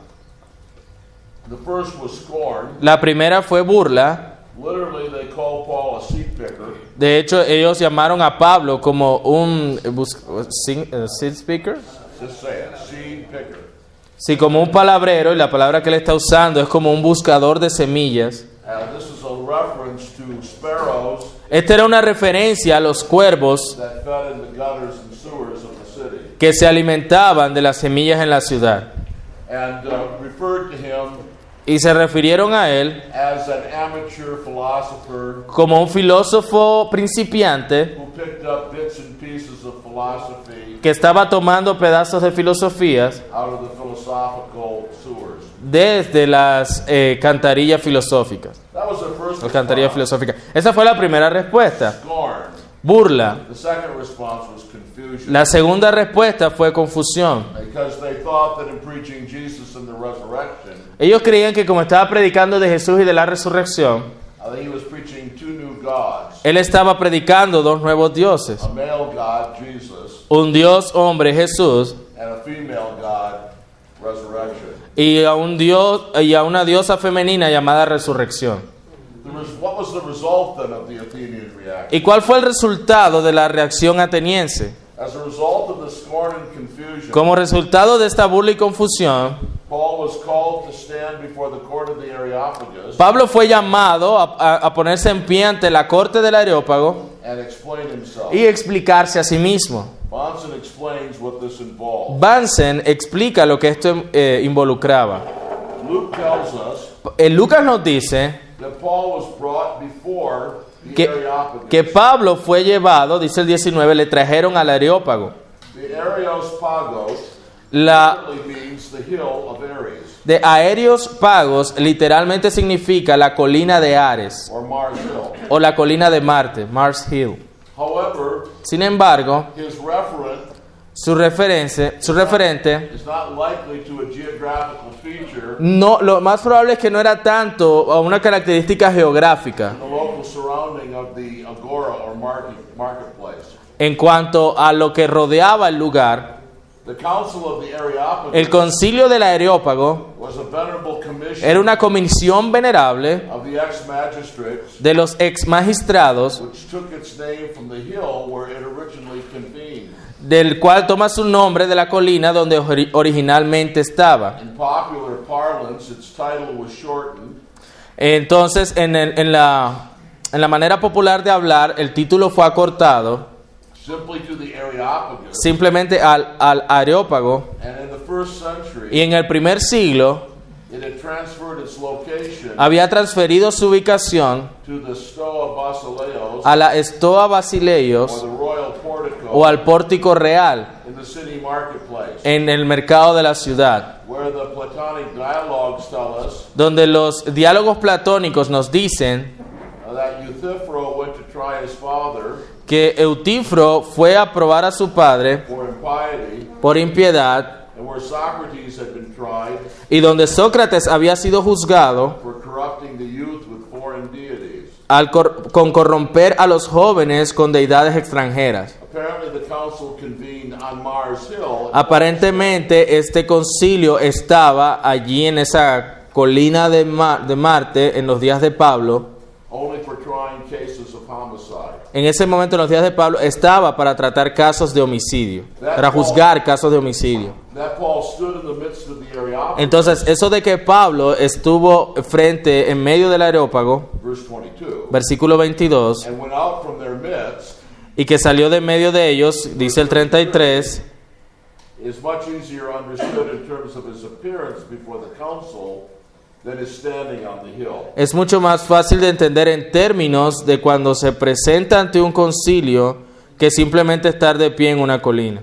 Speaker 1: The first was scorn.
Speaker 2: La primera fue burla.
Speaker 1: Literally, they called Paul a seed picker.
Speaker 2: De hecho, ellos llamaron a Pablo como un eh, bus- eh, sin- eh, seed speaker.
Speaker 1: Just say it, seed picker.
Speaker 2: Sí, como un palabrero, y la palabra que él está usando es como un buscador de semillas.
Speaker 1: Uh, this is a reference to sparrows
Speaker 2: Esta era una referencia a los cuervos
Speaker 1: that fed in the gutters and sewers of the city
Speaker 2: que se alimentaban de las semillas en la ciudad.
Speaker 1: and uh, referred to him
Speaker 2: Y se refirieron a él
Speaker 1: as an amateur philosopher
Speaker 2: como un filósofo principiante
Speaker 1: who picked up bits and pieces of philosophy
Speaker 2: que estaba tomando pedazos de filosofías
Speaker 1: out of the philosophical sewers.
Speaker 2: desde las eh, cantarillas filosóficas.
Speaker 1: That was the first
Speaker 2: Las cantarillas
Speaker 1: response.
Speaker 2: filosóficas. Esa fue la primera respuesta.
Speaker 1: Scorn.
Speaker 2: Burla.
Speaker 1: The second response was confusion.
Speaker 2: La segunda respuesta fue confusión.
Speaker 1: because they thought that in preaching Jesus and the resurrection,
Speaker 2: Ellos creían que como estaba predicando de Jesús y de la resurrección,
Speaker 1: uh, that he was preaching two new gods
Speaker 2: él estaba predicando dos nuevos dioses.
Speaker 1: a male God, Jesus,
Speaker 2: Un dios hombre, Jesús,
Speaker 1: and a female God, resurrection.
Speaker 2: y a, un dios, y a una diosa femenina llamada resurrección.
Speaker 1: The res- what was the result then of the Athenian reaction?
Speaker 2: ¿Y cuál fue el resultado de la reacción ateniense?
Speaker 1: As a result of the scorn and confusion,
Speaker 2: Como resultado de esta burla y confusión,
Speaker 1: Paul was called to stand before the court of the Areopagus
Speaker 2: Pablo fue llamado a, a- a ponerse en pie ante la corte del Areópago
Speaker 1: and explain himself.
Speaker 2: y explicarse a sí mismo.
Speaker 1: Bonson explains what this involved.
Speaker 2: Bansen explica lo que esto eh, involucraba.
Speaker 1: Luke tells us
Speaker 2: Eh, Lucas nos dice
Speaker 1: that Paul was brought before the
Speaker 2: que,
Speaker 1: Areopagus.
Speaker 2: que Pablo fue llevado, dice el 19, le trajeron al Areópago.
Speaker 1: The Areopagos
Speaker 2: La
Speaker 1: literally means the hill of Ares
Speaker 2: de Aéreos Pagos literalmente significa la colina de Ares
Speaker 1: or Mars Hill.
Speaker 2: o la colina de Marte, Mars Hill.
Speaker 1: However,
Speaker 2: Sin embargo,
Speaker 1: his referent
Speaker 2: su, referencia, su referente,
Speaker 1: is not likely to a geographical feature
Speaker 2: no, lo más probable es que no era tanto a una característica geográfica
Speaker 1: in the local surrounding of the agora or market, marketplace.
Speaker 2: en cuanto a lo que rodeaba el lugar.
Speaker 1: The Council of the
Speaker 2: El
Speaker 1: Areopagus
Speaker 2: concilio del Areópago
Speaker 1: was a venerable commission
Speaker 2: era una comisión venerable
Speaker 1: of the ex-magistrates,
Speaker 2: de los ex magistrados,
Speaker 1: which took its name from the hill where it originally convened.
Speaker 2: del cual toma su nombre de la colina donde ori- originalmente estaba.
Speaker 1: In popular parlance, its title was shortened
Speaker 2: Entonces, en, el- en la, en la manera popular de hablar, el título fue acortado
Speaker 1: simply to the Areopagus.
Speaker 2: simplemente al- al Areópago.
Speaker 1: And in the first
Speaker 2: Y
Speaker 1: century,
Speaker 2: en el primer siglo
Speaker 1: it had transferred its location
Speaker 2: había transferido su ubicación
Speaker 1: to the Stoa Basileos,
Speaker 2: a la Estoa
Speaker 1: or
Speaker 2: Basileios
Speaker 1: the royal
Speaker 2: o
Speaker 1: portico,
Speaker 2: al pórtico real
Speaker 1: in the city marketplace,
Speaker 2: en el mercado de la ciudad,
Speaker 1: where the Platonic dialogues tell us
Speaker 2: donde los diálogos platónicos nos dicen
Speaker 1: uh, that Euthyphro went to try his father
Speaker 2: que Eutifro fue a probar a su padre
Speaker 1: for impiety,
Speaker 2: por impiedad
Speaker 1: and where Socrates had been tried
Speaker 2: y donde Sócrates había sido juzgado
Speaker 1: for corrupting the youth with foreign deities.
Speaker 2: al cor- con corromper a los jóvenes con deidades extranjeras.
Speaker 1: Apparently, the council convened on Mars Hill,
Speaker 2: Aparentemente este concilio estaba allí en esa colina de, Ma- de Marte en los días de Pablo.
Speaker 1: only for trying cases of homicide.
Speaker 2: En ese momento, en los días de Pablo, estaba para tratar casos de homicidio, para juzgar casos de homicidio.
Speaker 1: That Paul stood in the midst of the Areopagus.
Speaker 2: Entonces, eso de que Pablo estuvo frente, en medio del areópago,
Speaker 1: verse 22.
Speaker 2: versículo 22,
Speaker 1: And went out from their midst
Speaker 2: y que salió de medio de ellos, dice el 33,
Speaker 1: is much easier understood in terms of his appearance before the council than his standing on the hill.
Speaker 2: es mucho más fácil de entender en términos de cuando se presenta ante un concilio que simplemente estar de pie en una colina.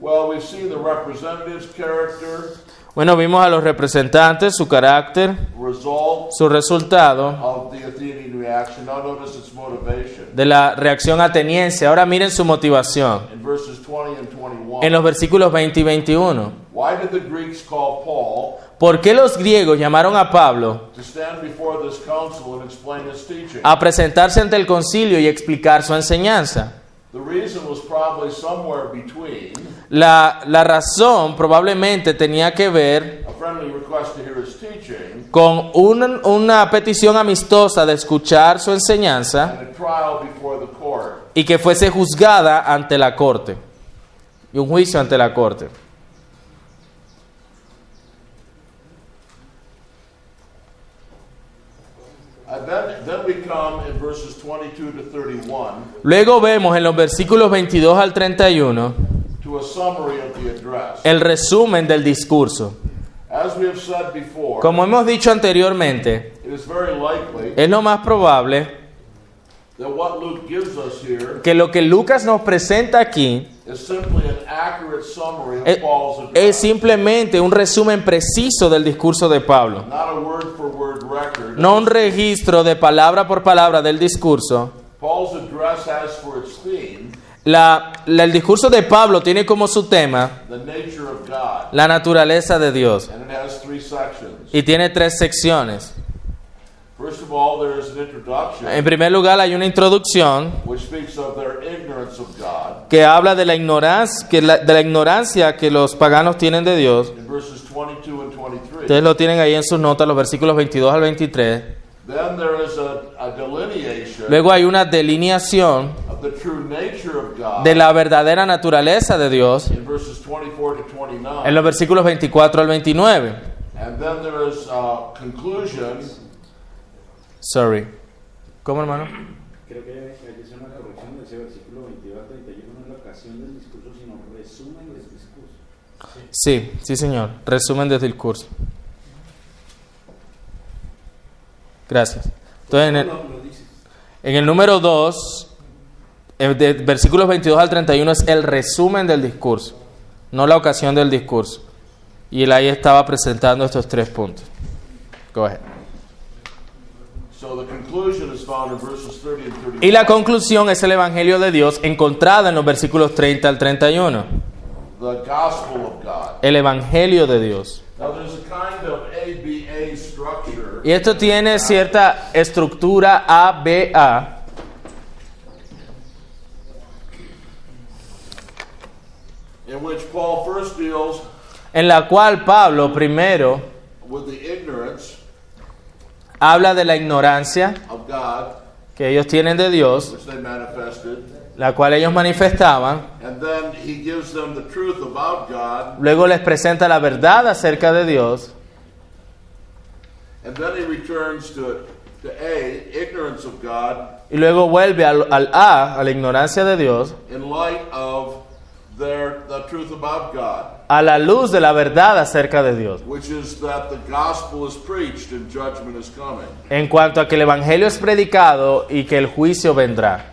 Speaker 1: Well, we see the representative's character,
Speaker 2: Bueno, vimos a los representantes, su carácter,
Speaker 1: result
Speaker 2: su resultado
Speaker 1: of the Athenian reaction. Now notice its motivation.
Speaker 2: de la reacción ateniense. Ahora miren su motivación
Speaker 1: In verses 20 and 21,
Speaker 2: en los versículos 20 y 21.
Speaker 1: why did the Greeks call Paul
Speaker 2: ¿Por qué los griegos llamaron a Pablo
Speaker 1: to stand before this council and explain his teaching?
Speaker 2: a presentarse ante el concilio y explicar su enseñanza?
Speaker 1: The reason was probably somewhere between
Speaker 2: La, la razón probablemente tenía que ver
Speaker 1: a friendly request to hear his teaching
Speaker 2: con un- una petición amistosa de escuchar su enseñanza
Speaker 1: and a trial before the court.
Speaker 2: y que fuese juzgada ante la corte. Y un juicio ante la corte.
Speaker 1: And Uh, then, then we come in verses 22 to 31
Speaker 2: Luego vemos en los versículos 22 al 31
Speaker 1: to a summary of the address.
Speaker 2: el resumen del discurso.
Speaker 1: As we have said before,
Speaker 2: Como hemos dicho anteriormente,
Speaker 1: it is very likely
Speaker 2: es lo más probable
Speaker 1: that what Luke gives us here
Speaker 2: que lo que Lucas nos presenta aquí
Speaker 1: is simply an accurate summary of
Speaker 2: es,
Speaker 1: Paul's
Speaker 2: es
Speaker 1: address.
Speaker 2: simplemente un resumen preciso del discurso de Pablo.
Speaker 1: Not a word for word record.
Speaker 2: No un registro de palabra por palabra del discurso.
Speaker 1: Paul's address has for its theme
Speaker 2: La- la- el discurso de Pablo tiene como su tema
Speaker 1: the nature of God,
Speaker 2: la naturaleza de Dios.
Speaker 1: and it has three sections.
Speaker 2: y tiene tres secciones.
Speaker 1: First of all, there is an introduction
Speaker 2: En primer lugar hay una introducción
Speaker 1: which speaks of their ignorance of God
Speaker 2: que habla de la ignorancia, que la- de la ignorancia que los paganos tienen de Dios.
Speaker 1: in verses 22 and 23.
Speaker 2: Ustedes lo tienen ahí en sus notas, los versículos 22 al 23.
Speaker 1: Then there is a, a delineation
Speaker 2: Luego hay una delineación
Speaker 1: of the true nature of God
Speaker 2: de la verdadera naturaleza de Dios
Speaker 1: in verses 24 to
Speaker 2: en
Speaker 1: 29.
Speaker 2: los versículos 24 al 29.
Speaker 1: And then there is a conclusion
Speaker 2: Sorry. ¿Cómo, hermano?
Speaker 3: Creo que hay que hacer una corrección de ese versículo 22 al 31, no es la ocasión del discurso, sino resumen del discurso.
Speaker 2: Sí, sí, señor. Resumen desde el curso. Gracias. Entonces, en el-
Speaker 3: No, lo dices.
Speaker 2: En el número 2, de versículos 22 al 31 es el resumen del discurso, no la ocasión del discurso. Y él ahí estaba presentando estos tres puntos. Go ahead.
Speaker 1: So the conclusion is found in verses 30 and 31.
Speaker 2: Y la conclusión es el Evangelio de Dios encontrada en los versículos 30 al 31.
Speaker 1: The gospel of God.
Speaker 2: El Evangelio de Dios.
Speaker 1: Now there's a kind of ABA structure
Speaker 2: Y esto tiene cierta estructura ABA.
Speaker 1: in which Paul first deals
Speaker 2: En la cual Pablo primero
Speaker 1: with the ignorance
Speaker 2: habla de la ignorancia
Speaker 1: of God,
Speaker 2: que ellos tienen de Dios,
Speaker 1: which they manifested,
Speaker 2: la cual ellos manifestaban,
Speaker 1: and then he gives them the truth about God,
Speaker 2: Luego les presenta la verdad acerca de Dios.
Speaker 1: and then he returns to, to A, ignorance of God,
Speaker 2: Y luego vuelve al, al A, a la ignorancia de Dios,
Speaker 1: in light of their the truth about God,
Speaker 2: a la luz de la verdad acerca de Dios.
Speaker 1: which is that the gospel is preached and judgment is coming.
Speaker 2: En cuanto a que el Evangelio es predicado y que el juicio vendrá.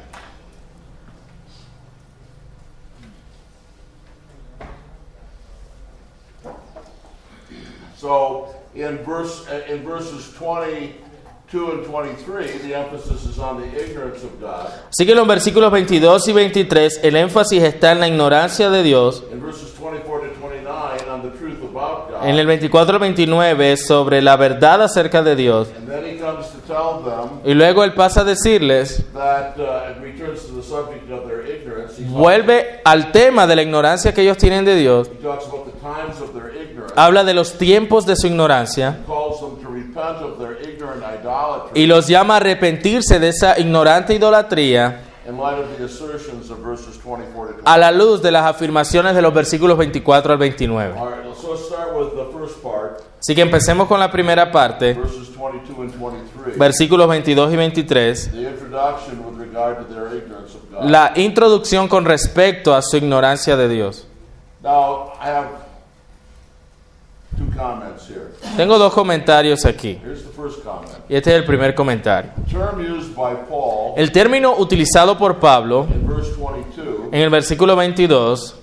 Speaker 1: So in verse in verses 22 and 23, the emphasis is on the ignorance of God.
Speaker 2: Así que en los versículos 22 y 23 el énfasis está en la ignorancia de Dios.
Speaker 1: In verses 24 to 29, on the truth about God.
Speaker 2: En el 24 al 29 es sobre la verdad acerca de Dios.
Speaker 1: and then he comes to tell them
Speaker 2: Y luego él pasa a decirles,
Speaker 1: that uh, it returns to the subject of their ignorance. He talks,
Speaker 2: vuelve al tema de la ignorancia que ellos tienen de Dios.
Speaker 1: he talks about the times of their ignorance.
Speaker 2: Habla de los tiempos de su ignorancia.
Speaker 1: calls them to repent of their ignorant idolatry
Speaker 2: y los llama a arrepentirse de esa ignorante idolatría
Speaker 1: in light of the assertions of verses 24 to 29.
Speaker 2: a la luz de las afirmaciones de los versículos 24 al 29.
Speaker 1: All right, so let's start with the first part,
Speaker 2: Así que empecemos con la primera parte,
Speaker 1: verses 22 and 23.
Speaker 2: versículos 22 y 23,
Speaker 1: The introduction with regard to their ignorance of God.
Speaker 2: la introducción con respecto a su ignorancia de Dios.
Speaker 1: now, I have two comments here.
Speaker 2: Tengo dos comentarios aquí,
Speaker 1: Here's the first comment.
Speaker 2: y este es el primer comentario.
Speaker 1: The term used by Paul
Speaker 2: El término utilizado por Pablo
Speaker 1: in verse 22,
Speaker 2: en el versículo 22,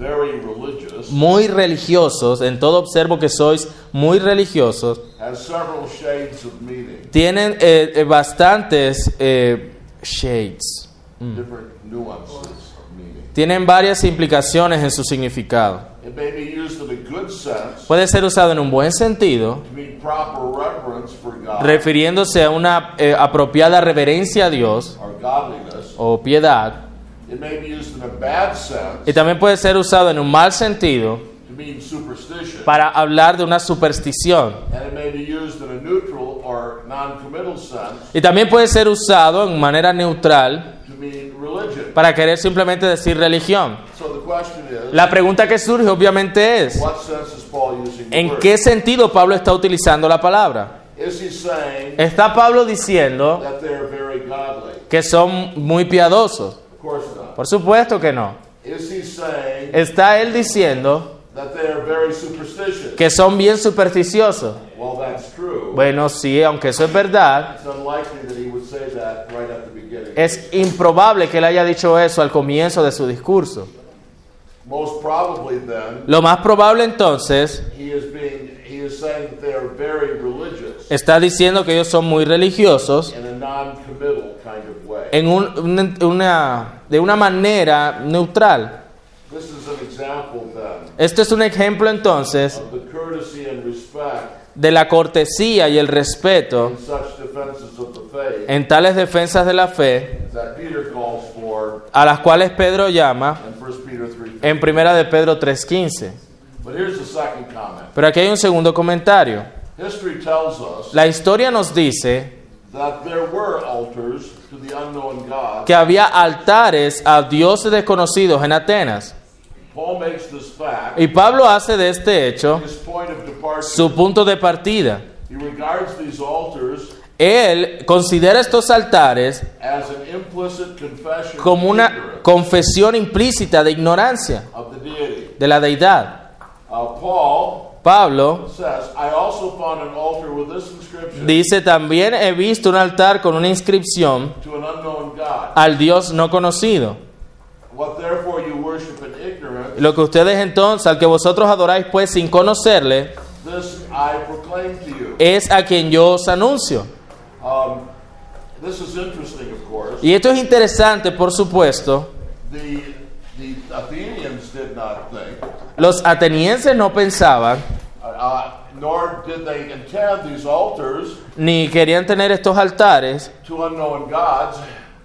Speaker 1: very religious,
Speaker 2: muy religiosos, en todo observo que sois muy religiosos,
Speaker 1: has several shades of meaning,
Speaker 2: tienen eh, eh, bastantes eh, shades,
Speaker 1: different nuances of meaning.
Speaker 2: tienen varias implicaciones en su significado.
Speaker 1: It may be used in a good sense
Speaker 2: Puede ser usado en un buen sentido,
Speaker 1: to mean proper reverence for God
Speaker 2: refiriéndose a una eh, apropiada reverencia a Dios
Speaker 1: or godliness.
Speaker 2: o piedad,
Speaker 1: It may be used in a bad sense
Speaker 2: y también puede ser usado en un mal sentido
Speaker 1: to mean superstition.
Speaker 2: para hablar de una superstición,
Speaker 1: And it may be used in a neutral or non-committal sense
Speaker 2: y también puede ser usado en manera neutral
Speaker 1: to mean religion.
Speaker 2: para querer simplemente decir religión.
Speaker 1: So the question is,
Speaker 2: La pregunta que surge obviamente es,
Speaker 1: what sense is Paul using the
Speaker 2: ¿en
Speaker 1: word?
Speaker 2: qué sentido Pablo está utilizando la palabra?
Speaker 1: Is he saying
Speaker 2: Está Pablo diciendo
Speaker 1: that they're very godly?
Speaker 2: que son muy piadosos.
Speaker 1: Of course not.
Speaker 2: Por supuesto que no.
Speaker 1: Is he saying
Speaker 2: Está él diciendo
Speaker 1: that they are very superstitious?
Speaker 2: que son bien supersticiosos.
Speaker 1: Well, that's true.
Speaker 2: Bueno, sí, aunque eso es verdad,
Speaker 1: It's unlikely that he would say that right at the beginning.
Speaker 2: es improbable que él haya dicho eso al comienzo de su discurso.
Speaker 1: Most probably then,
Speaker 2: Lo más probable entonces
Speaker 1: he is being he is saying that they are very religious
Speaker 2: está diciendo que ellos son muy religiosos
Speaker 1: in a non-committal kind of way.
Speaker 2: en un- un- una, de una manera neutral.
Speaker 1: This is an example then
Speaker 2: Esto es un ejemplo entonces
Speaker 1: of the courtesy and respect
Speaker 2: de la cortesía y el respeto
Speaker 1: in such defenses of the faith
Speaker 2: en tales defensas de la fe
Speaker 1: that Peter calls for
Speaker 2: a las cuales Pedro llama
Speaker 1: in 1 Peter 3.
Speaker 2: en primera de Pedro 3.15.
Speaker 1: But here's the second comment.
Speaker 2: Pero aquí hay un segundo comentario.
Speaker 1: History tells us
Speaker 2: La historia nos dice
Speaker 1: that there were altars to the unknown God.
Speaker 2: que había altares a dioses desconocidos en Atenas.
Speaker 1: Paul makes this fact
Speaker 2: Y Pablo hace de este hecho
Speaker 1: his point of departure.
Speaker 2: su punto de partida.
Speaker 1: He regards these altars
Speaker 2: Él considera estos altares
Speaker 1: as an implicit confession
Speaker 2: como
Speaker 1: of
Speaker 2: una
Speaker 1: ignorance
Speaker 2: confesión implícita de ignorancia
Speaker 1: of the deity.
Speaker 2: de la deidad.
Speaker 1: Uh, Paul
Speaker 2: Pablo
Speaker 1: says, I also found an altar with this inscription
Speaker 2: dice, también he visto un altar con una inscripción
Speaker 1: to an unknown God.
Speaker 2: al Dios no conocido.
Speaker 1: What therefore you worship in ignorance,
Speaker 2: Lo que ustedes entonces, al que vosotros adoráis pues sin conocerle,
Speaker 1: this I proclaim to you.
Speaker 2: es a quien yo os anuncio.
Speaker 1: Um, this is interesting, of course.
Speaker 2: Y esto es interesante, por supuesto.
Speaker 1: The, the Athenians did not think,
Speaker 2: Los atenienses no pensaban
Speaker 1: uh, uh, nor did they intend these altars
Speaker 2: ni querían tener estos altares
Speaker 1: to unknown gods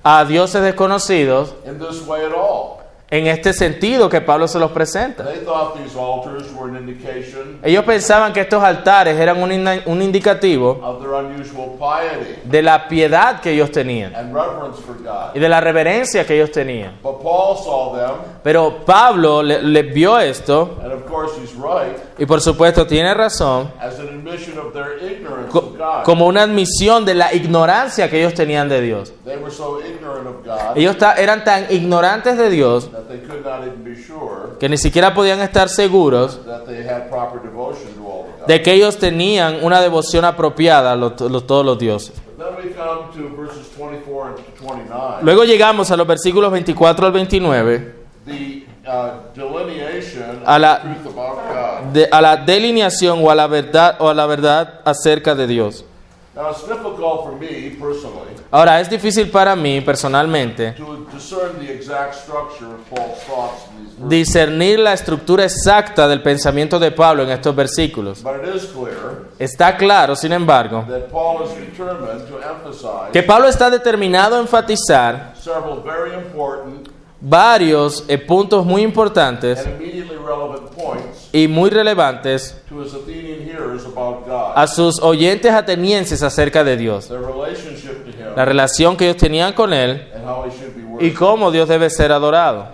Speaker 2: a dioses desconocidos
Speaker 1: in this way at all.
Speaker 2: en este sentido que Pablo se los presenta.
Speaker 1: They thought these altars were an indication
Speaker 2: Ellos pensaban que estos altares eran un, ina- un indicativo
Speaker 1: of their unusual piety
Speaker 2: de la piedad que ellos tenían
Speaker 1: and reverence for
Speaker 2: y
Speaker 1: God.
Speaker 2: de la reverencia que ellos tenían.
Speaker 1: But Paul saw them,
Speaker 2: Pero Pablo le- le vio esto
Speaker 1: and of course he's right,
Speaker 2: y por supuesto tiene razón
Speaker 1: as an admission of their ignorance
Speaker 2: co-
Speaker 1: of God.
Speaker 2: como una admisión de la ignorancia que ellos tenían de Dios.
Speaker 1: They were so ignorant of God
Speaker 2: Ellos ta- eran tan ignorantes de Dios
Speaker 1: that they could not even be sure
Speaker 2: que ni siquiera podían estar seguros
Speaker 1: that they had proper devotion to all of God.
Speaker 2: de que ellos tenían una devoción apropiada a los- los- todos los dioses.
Speaker 1: But then we come to verses 24 and 29.
Speaker 2: Luego llegamos a los versículos 24 al 29,
Speaker 1: the uh, delineation
Speaker 2: A
Speaker 1: of
Speaker 2: la-
Speaker 1: the truth about God.
Speaker 2: de- a la delineación o a la verdad o a la verdad acerca de Dios.
Speaker 1: Now, it's difficult for me personally
Speaker 2: Ahora es difícil para mí personalmente
Speaker 1: to discern the exact structure of Paul's thoughts in these verses,
Speaker 2: discernir la estructura exacta del pensamiento de Pablo en estos versículos.
Speaker 1: but it is clear
Speaker 2: Está claro, sin embargo,
Speaker 1: that Paul is determined to emphasize
Speaker 2: que Pablo está determinado a enfatizar
Speaker 1: several very important
Speaker 2: varios eh, puntos muy importantes
Speaker 1: and immediately relevant points
Speaker 2: y muy relevantes
Speaker 1: to his Athenian hearers about God,
Speaker 2: a sus oyentes atenienses acerca de Dios,
Speaker 1: their relationship to him,
Speaker 2: la relación que ellos tenían con Él
Speaker 1: and how he should be
Speaker 2: y
Speaker 1: worshiped.
Speaker 2: cómo Dios debe ser adorado.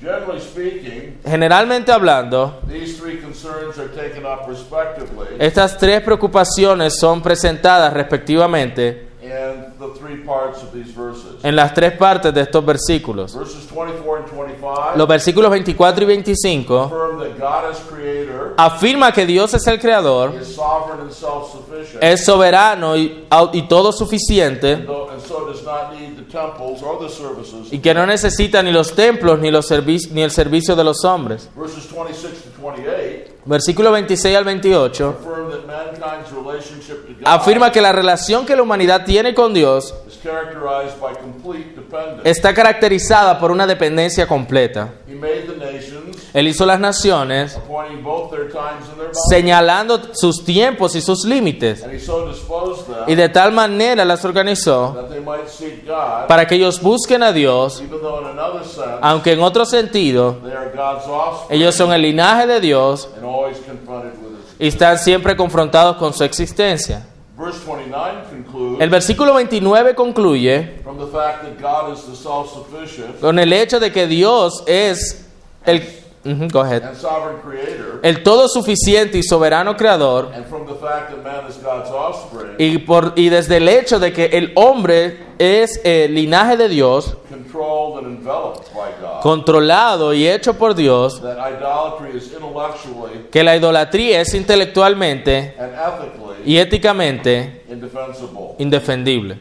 Speaker 1: Generally speaking,
Speaker 2: Generalmente hablando,
Speaker 1: these three concerns are taken up respectively
Speaker 2: estas tres preocupaciones son presentadas respectivamente
Speaker 1: in the three parts of these verses.
Speaker 2: en las tres partes de estos versículos.
Speaker 1: Verses 24 and 25
Speaker 2: Los versículos 24 y 25
Speaker 1: affirm that God as creator
Speaker 2: afirma que Dios es el creador,
Speaker 1: is sovereign and self-sufficient,
Speaker 2: es soberano y, au- y todo suficiente
Speaker 1: though- and so does not need the temples or the services,
Speaker 2: y que no necesita ni los templos ni, los servi- ni el servicio de los hombres.
Speaker 1: verses 26 to 28
Speaker 2: Versículo 26 al 28
Speaker 1: affirm that mankind's relationship to God
Speaker 2: afirma que la relación que la humanidad tiene con Dios
Speaker 1: is characterized by complete dependence.
Speaker 2: está caracterizada por una dependencia completa.
Speaker 1: he made the nations,
Speaker 2: Él hizo las naciones
Speaker 1: appointing both their times and their boundaries,
Speaker 2: señalando sus tiempos y sus límites
Speaker 1: and he so disposed them
Speaker 2: y de tal manera las organizó
Speaker 1: that they might seek God,
Speaker 2: para que ellos busquen a Dios,
Speaker 1: even though in another sense
Speaker 2: aunque en otro sentido
Speaker 1: they are God's offspring
Speaker 2: ellos son el linaje de Dios
Speaker 1: and always confronted with His.
Speaker 2: y están siempre confrontados con su existencia.
Speaker 1: Verse 29 concludes
Speaker 2: El versículo 29 concluye
Speaker 1: from the fact that God is the self-sufficient
Speaker 2: con el hecho de que Dios es el, Ujú, go ahead.
Speaker 1: and sovereign Creator,
Speaker 2: el todo suficiente y soberano creador
Speaker 1: and from the fact that man is God's offspring,
Speaker 2: y, por, y desde el hecho de que el hombre es el linaje de Dios,
Speaker 1: controlled and enveloped by God.
Speaker 2: controlado y hecho por Dios,
Speaker 1: that idolatry is intellectually
Speaker 2: que la idolatría es intelectualmente
Speaker 1: and ethically
Speaker 2: y éticamente
Speaker 1: indefensible.
Speaker 2: indefendible.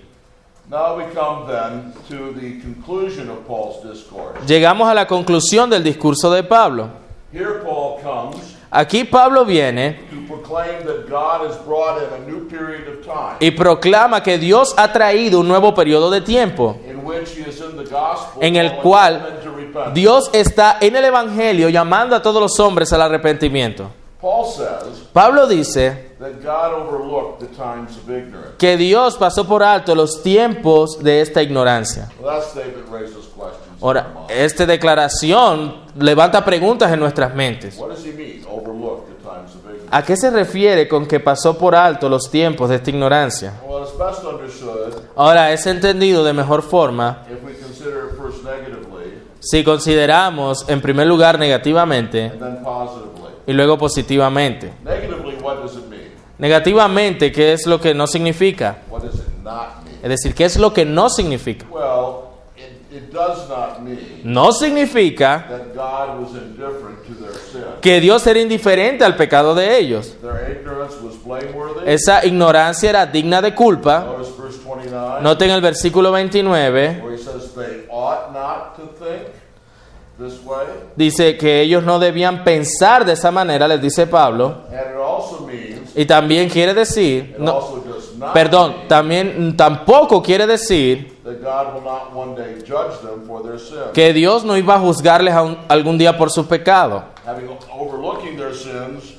Speaker 1: Now we come then to the conclusion of Paul's discourse.
Speaker 2: Llegamos a la conclusión del discurso de Pablo.
Speaker 1: Here Paul comes
Speaker 2: Aquí Pablo viene
Speaker 1: to proclaim that God has brought in a new period of time
Speaker 2: y proclama que Dios ha traído un nuevo periodo de tiempo.
Speaker 1: in which he is in the gospel
Speaker 2: En el
Speaker 1: calling
Speaker 2: cual
Speaker 1: men to repentance.
Speaker 2: Dios está en el Evangelio llamando a todos los hombres al arrepentimiento.
Speaker 1: Paul says
Speaker 2: Pablo dice
Speaker 1: that God overlooked the times of ignorance.
Speaker 2: que Dios pasó por alto los tiempos de esta ignorancia.
Speaker 1: Well, that statement raises questions. in our
Speaker 2: Ahora,
Speaker 1: mind.
Speaker 2: esta declaración levanta preguntas en nuestras mentes.
Speaker 1: what does he mean, overlook the times of ignorance?
Speaker 2: ¿A qué se refiere con que pasó por alto los tiempos de esta ignorancia?
Speaker 1: Well, it's best understood
Speaker 2: Ahora, es entendido de mejor forma
Speaker 1: if we consider it first negatively
Speaker 2: si consideramos en primer lugar negativamente
Speaker 1: and then positively.
Speaker 2: y luego positivamente.
Speaker 1: Negatively, what does it mean?
Speaker 2: Negativamente, ¿qué es lo que no significa?
Speaker 1: What does it not mean?
Speaker 2: Es decir, ¿qué es lo que no significa?
Speaker 1: Well, it, it does not mean
Speaker 2: No significa
Speaker 1: that God was indifferent to their sin.
Speaker 2: que Dios era indiferente al pecado de ellos.
Speaker 1: Their ignorance was blameworthy.
Speaker 2: Esa ignorancia era digna de culpa.
Speaker 1: Notice verse 29,
Speaker 2: Noten el versículo 29,
Speaker 1: where he says they ought not to think this way.
Speaker 2: dice que ellos no debían pensar de esa manera, les dice Pablo.
Speaker 1: And it also means,
Speaker 2: Y también quiere decir,
Speaker 1: it
Speaker 2: no,
Speaker 1: also does not
Speaker 2: perdón,
Speaker 1: mean
Speaker 2: también tampoco quiere decir
Speaker 1: that God will not one day judge them for their sin.
Speaker 2: que Dios no iba a juzgarles a un- algún día por su pecado.
Speaker 1: Having overlooking their sins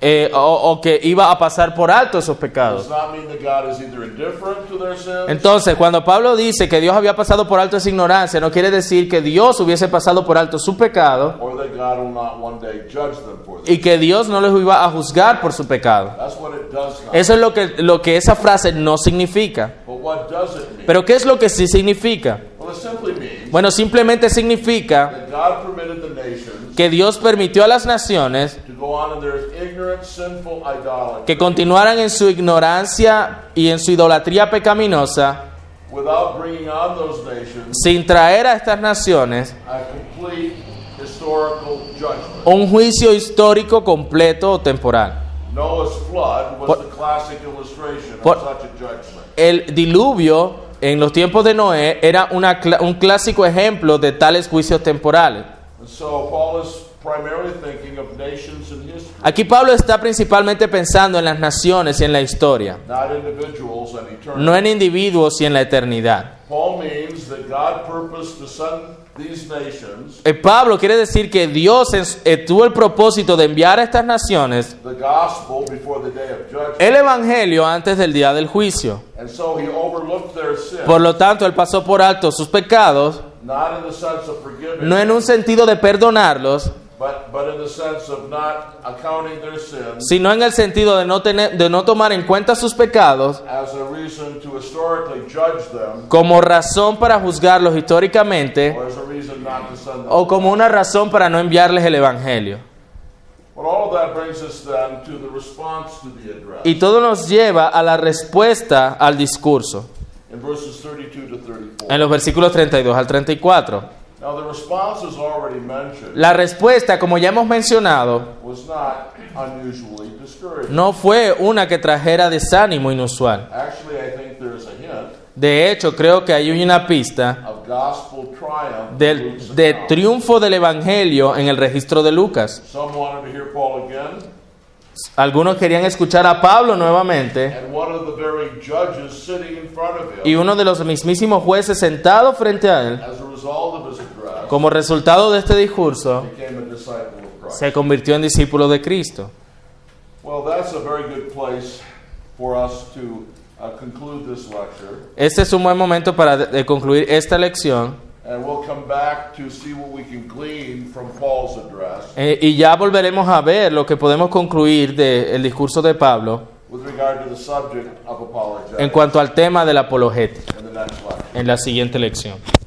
Speaker 2: eh, o, o que iba a pasar por alto esos
Speaker 1: does
Speaker 2: pecados.
Speaker 1: not mean that God is either indifferent to their sins
Speaker 2: Entonces, cuando Pablo dice que Dios había pasado por alto esa ignorancia, no quiere decir que Dios hubiese pasado por alto su pecado,
Speaker 1: or that God will not one day judge them for their
Speaker 2: y que Dios no los iba a juzgar por su pecado.
Speaker 1: That's what it does not.
Speaker 2: Eso es lo que, lo que esa frase no significa.
Speaker 1: But what does it mean?
Speaker 2: Pero ¿qué es lo que sí significa?
Speaker 1: Well, it simply means
Speaker 2: Bueno, simplemente significa
Speaker 1: that God permitted the nations
Speaker 2: que Dios permitió a las naciones
Speaker 1: to go on in their ignorant, sinful idolatry
Speaker 2: que continuaran en su ignorancia y en su idolatría pecaminosa
Speaker 1: without bringing on those nations
Speaker 2: sin traer a estas naciones
Speaker 1: a complete historical judgment.
Speaker 2: un juicio histórico completo o temporal.
Speaker 1: Noah's flood was
Speaker 2: Por-
Speaker 1: the classic illustration
Speaker 2: Por-
Speaker 1: of such a judgment.
Speaker 2: El diluvio en los tiempos de Noé era una cla- un clásico ejemplo de tales juicios temporales.
Speaker 1: And so Paul is primarily thinking of nations in history,
Speaker 2: Aquí Pablo está principalmente pensando en las naciones y en la historia,
Speaker 1: not individuals and eternity.
Speaker 2: no en individuos y en la eternidad.
Speaker 1: Paul means that God purposed to send these nations
Speaker 2: Eh, Pablo quiere decir que Dios es- eh, tuvo el propósito de enviar a estas naciones
Speaker 1: the gospel before the day of judgment.
Speaker 2: el Evangelio antes del día del juicio.
Speaker 1: And so he overlooked their sin,
Speaker 2: Por lo tanto, él pasó por alto sus pecados,
Speaker 1: not in the sense of forgiving,
Speaker 2: no en un sentido de perdonarlos,
Speaker 1: but, but in the sense of not accounting their sin
Speaker 2: sino en el sentido de no, tener, de no tomar en cuenta sus pecados
Speaker 1: as a reason to historically judge them
Speaker 2: como razón para juzgarlos históricamente
Speaker 1: or as a reason not to send them.
Speaker 2: o como una razón para no enviarles el Evangelio.
Speaker 1: But all of that brings us then to the response to the address
Speaker 2: Y todo nos lleva a la respuesta al discurso,
Speaker 1: in verses 32 to 34.
Speaker 2: en los versículos 32 al 34.
Speaker 1: Now, the response is already mentioned.
Speaker 2: La respuesta, como ya hemos mencionado,
Speaker 1: was not unusually discouraging.
Speaker 2: no fue una que trajera desánimo inusual.
Speaker 1: Actually, I think there's a hint
Speaker 2: De hecho, creo que hay una pista
Speaker 1: of gospel triumph.
Speaker 2: del,
Speaker 1: Luke's
Speaker 2: de
Speaker 1: account.
Speaker 2: triunfo del Evangelio en el registro de Lucas.
Speaker 1: Some wanted to hear Paul again,
Speaker 2: Algunos querían escuchar a Pablo nuevamente
Speaker 1: and one of the very judges sitting in front of
Speaker 2: y
Speaker 1: him.
Speaker 2: uno de los mismísimos jueces sentado frente a él,
Speaker 1: As a result of his address,
Speaker 2: como resultado de este discurso,
Speaker 1: became a disciple of Christ.
Speaker 2: se convirtió en discípulo de Cristo.
Speaker 1: Well, that's a very good place for us to uh, conclude this lecture,
Speaker 2: Este es un buen momento para de- concluir esta lección
Speaker 1: and we'll come back to see what we can glean from Paul's address
Speaker 2: eh, y ya volveremos a ver lo que podemos concluir del discurso de Pablo
Speaker 1: with regard to the subject of apologetics
Speaker 2: en cuanto al tema de la apologética
Speaker 1: in the next lecture.
Speaker 2: en la siguiente lección.